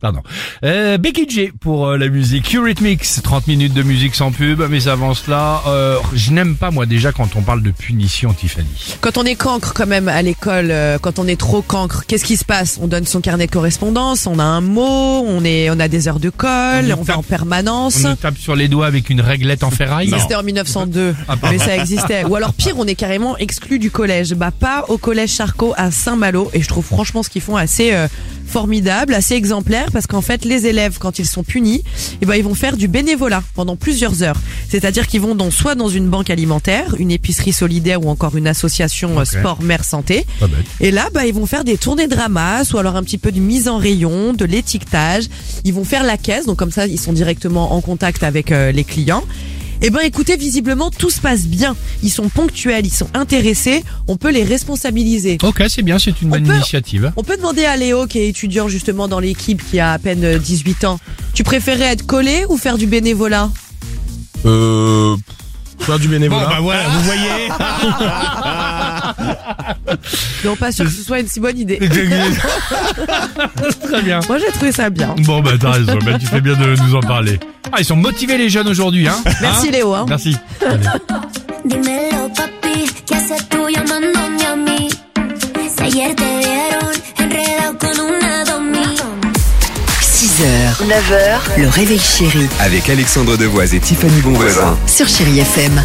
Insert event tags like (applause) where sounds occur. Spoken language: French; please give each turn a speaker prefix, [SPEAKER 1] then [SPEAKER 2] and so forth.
[SPEAKER 1] Pardon. Euh, Becky J pour euh, la musique. Eurythmics, 30 minutes de musique sans pub. Mais avant cela, euh, je n'aime pas moi déjà quand on parle de punition, Tiffany.
[SPEAKER 2] Quand on est cancre quand même à l'école, euh, quand on est trop cancre, qu'est-ce qui se passe On donne son carnet de correspondance, on a un mot, on est, on a des heures de
[SPEAKER 1] On nous
[SPEAKER 2] colle, on, va
[SPEAKER 1] tape-
[SPEAKER 2] en permanence.
[SPEAKER 1] On nous tape sur les doigts avec une réglette en ferraille.
[SPEAKER 2] C'était en 1902,
[SPEAKER 1] Ah,
[SPEAKER 2] mais ça existait. Ou alors pire, on est carrément exclu du collège. Bah pas au collège Charcot à Saint-Malo, et je trouve franchement ce qu'ils font assez euh, formidable, assez exemplaire, parce qu'en fait les élèves quand ils sont punis, eh ben ils vont faire du bénévolat pendant plusieurs heures. C'est-à-dire qu'ils vont dans, soit dans une banque alimentaire, une épicerie solidaire ou encore une association euh,
[SPEAKER 1] Ok.
[SPEAKER 2] sport mère santé.
[SPEAKER 1] Pas bête.
[SPEAKER 2] Et là, bah, ils vont faire des tournées de ramasse ou alors un petit peu de mise en rayon, de l'étiquetage. Ils vont faire la caisse, donc comme ça, ils sont directement en contact avec euh, les clients. Eh ben, écoutez, visiblement, tout se passe bien. Ils sont ponctuels, ils sont intéressés. On peut les responsabiliser.
[SPEAKER 1] Ok, c'est bien, c'est une
[SPEAKER 2] On
[SPEAKER 1] bonne
[SPEAKER 2] peut-
[SPEAKER 1] initiative. hein.
[SPEAKER 2] On peut demander à Léo, qui est étudiant justement dans l'équipe, qui a à peine euh, 18 ans, tu préférais être collé ou faire du bénévolat
[SPEAKER 3] Euh. Faire du bénévolat.
[SPEAKER 1] bah voilà, vous (laughs) voyez.
[SPEAKER 2] Non, pas sûr que ce soit une si bonne idée.
[SPEAKER 1] (laughs) Très bien.
[SPEAKER 2] Moi, j'ai trouvé ça bien.
[SPEAKER 1] Bon, bah t'as raison, Bah, tu fais bien de nous en parler. Ah, ils sont motivés les jeunes aujourd'hui, hein
[SPEAKER 2] Merci
[SPEAKER 1] Hein
[SPEAKER 2] Léo. hein.
[SPEAKER 1] Merci.
[SPEAKER 4] Dímelo, papi, ¿qué haces tú llamándome a mí? Si ayer te vieron enredado con una domi.
[SPEAKER 5] 6h, 9h, le réveil chéri
[SPEAKER 6] Avec Alexandre Devoise et Tiffany Bonvoisin.
[SPEAKER 5] sur Chéri FM.